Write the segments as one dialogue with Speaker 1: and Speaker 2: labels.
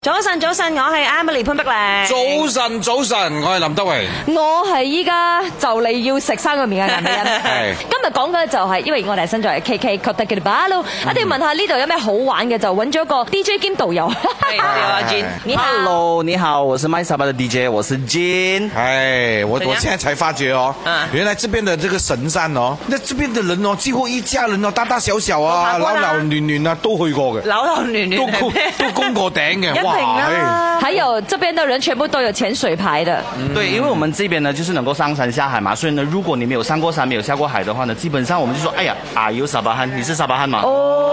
Speaker 1: 早晨，早晨，我係 Emily 潘碧玲。
Speaker 2: 早晨，早晨，我係林德榮。
Speaker 3: 我係依家就嚟要食生個面嘅顏美
Speaker 2: 係
Speaker 3: 欣。今日講嘅就係，因為我哋身在 KK c o t a g a b a l o 一定要問下呢度有咩好玩嘅，就揾咗個 DJ 兼導 遊。
Speaker 1: 係我哋有阿 Jean
Speaker 3: 你好
Speaker 4: Hello，你好，我是麦沙巴的 DJ，我是 Jin。
Speaker 2: 哎，我
Speaker 1: 怎样
Speaker 2: 我现在才发觉哦
Speaker 1: 嗯，
Speaker 2: 原来这边的这个神山哦，那这边的人哦，几乎一家人哦，大大小小啊，
Speaker 1: 都爬
Speaker 2: 老
Speaker 1: 过啦
Speaker 2: 老嫩嫩啊，都去过嘅，
Speaker 1: 扭扭亂
Speaker 2: 都
Speaker 1: 亂係
Speaker 2: 攻
Speaker 1: 咩？
Speaker 2: 都攻过顶
Speaker 1: 一
Speaker 2: 嘅，
Speaker 1: 定啦！
Speaker 3: 還有這邊的人全部都有潛水牌的，
Speaker 4: 对，因为我们这边呢，就是能够上山下海嘛，所以呢，如果你没有上过山、没有下过海的话呢，基本上我们就说，哎呀，啊，有沙巴汉，你是沙巴汉吗？哦，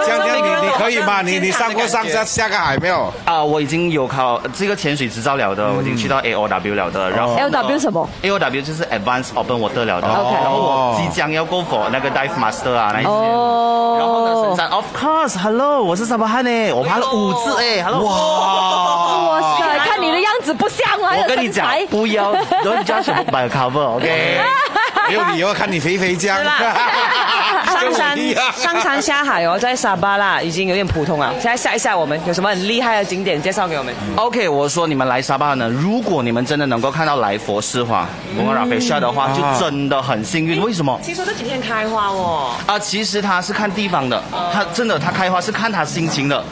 Speaker 2: 哎这样这样
Speaker 1: 每个人都
Speaker 2: 你你
Speaker 1: 有
Speaker 2: 可以吗？
Speaker 1: 好像
Speaker 2: 你你上过
Speaker 1: 健康
Speaker 2: 上
Speaker 1: 的
Speaker 2: 下下个海没有？
Speaker 4: 啊，我已经有考这个潜水执照了
Speaker 3: 嗯
Speaker 4: 的，我已经去到 A O W 了的，然后
Speaker 3: L 哦 W 什么？哦
Speaker 4: A O W 就是 Advanced Open Water 了的，
Speaker 3: OK
Speaker 4: 然后我即将要 go for 那个 Dive Master 啊那一些。
Speaker 3: 哦
Speaker 4: 然后呢，神山 Of course，Hello，我是沙巴汉呢，我爬了五次哎，Hello。
Speaker 3: 哇
Speaker 2: 哇！
Speaker 3: 塞，看你的樣子不像啊，還有
Speaker 4: 我跟你
Speaker 3: 身
Speaker 4: 讲
Speaker 3: 材，
Speaker 4: 不 要 don't judge a book by cover，OK？、
Speaker 2: 没有理由看你肥肥这样
Speaker 1: 对。 啦，上
Speaker 2: 跟我一样
Speaker 1: 山上山下海哦，在沙巴啦，已经有点普通了。现在下一下我们有什么很厉害的景点介绍给我们？
Speaker 4: OK，我说你们来沙巴呢，如果你们真的能够看到来佛寺话，我们拉菲夏的话，就真的很幸运。为什么？
Speaker 1: 听说这几天开花哦，
Speaker 4: 啊，其实它是看地方的，它真的它开花是看它心情的，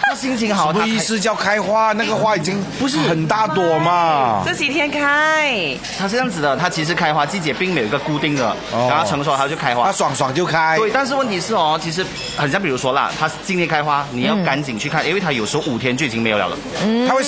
Speaker 4: 它心情好，
Speaker 2: 什
Speaker 4: 它
Speaker 2: 么
Speaker 4: 开
Speaker 2: 意思叫开花？那个花已经不是很大朵嘛？
Speaker 1: 这几天开，
Speaker 4: 它是这样子的，它其实开花季节并没有一个固定的，
Speaker 2: 哦哎
Speaker 4: 然后成熟它就开花哦
Speaker 2: 它。爽爽就开。
Speaker 4: 对，但是问题是哦，其实很像比如说啦，它今天开花，你要赶紧去看，因为它有时候五天就已经没有了了。
Speaker 2: 它会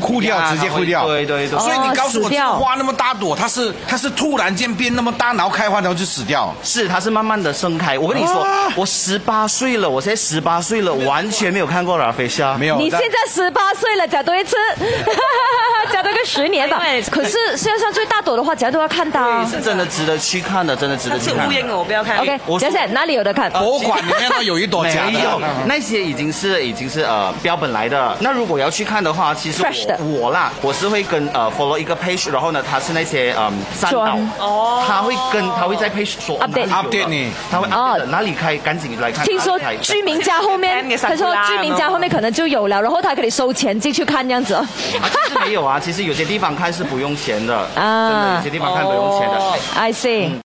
Speaker 2: 枯掉，
Speaker 4: 呀
Speaker 2: 直接枯掉。
Speaker 4: 它会对对对
Speaker 2: 所以你告诉我，
Speaker 3: 哦死
Speaker 2: 这
Speaker 3: 掉
Speaker 2: 个花那么大朵，它是它是突然间变那么大，然后开花，然后就死掉。
Speaker 4: 是，它是慢慢的盛开。我跟你说，
Speaker 2: 啊
Speaker 4: 我十八岁了，我现在十八岁了，完全没有看过拉菲虾。
Speaker 2: 没有，
Speaker 3: 你
Speaker 2: 但
Speaker 3: 现在十八岁了，假多一次， 假多一个十年吧
Speaker 1: 因为。
Speaker 3: 可是世界上最大朵的话，假都要看到啊。
Speaker 4: 是真的值得去看的，真的值
Speaker 1: 它
Speaker 4: 得
Speaker 1: 是
Speaker 4: 去看
Speaker 1: 乌
Speaker 4: 的。
Speaker 1: 蝇哦，我不要看。
Speaker 3: OK，
Speaker 4: 我
Speaker 3: 等一下哪里有得看？
Speaker 2: 博物馆里面呢有一朵
Speaker 4: 没
Speaker 2: 假
Speaker 4: 有
Speaker 2: 的，，
Speaker 4: 那些已经是已经是呃标本来的。那如果要去看的话，其实
Speaker 3: Fresh 的
Speaker 4: 我我啦，我是会跟呃 follow 一个 page，然后呢，它是那些嗯三岛
Speaker 3: 专，
Speaker 1: 哦，
Speaker 4: 他会跟他会在 page 说
Speaker 3: Update
Speaker 4: 哪里有啊
Speaker 2: Update 你
Speaker 4: 他会 update 的
Speaker 3: 哦
Speaker 4: 哪里开，赶紧来看。
Speaker 3: 听说
Speaker 4: 哪里开
Speaker 3: 居民家后面他说居民家后面可能就有了，然后他给你收钱进去看这样子。
Speaker 4: 啊，其实没有啊，其实有些地方看是不用钱的，
Speaker 3: 啊
Speaker 4: 真的有些地方看不用钱的。
Speaker 1: 哦
Speaker 3: I see。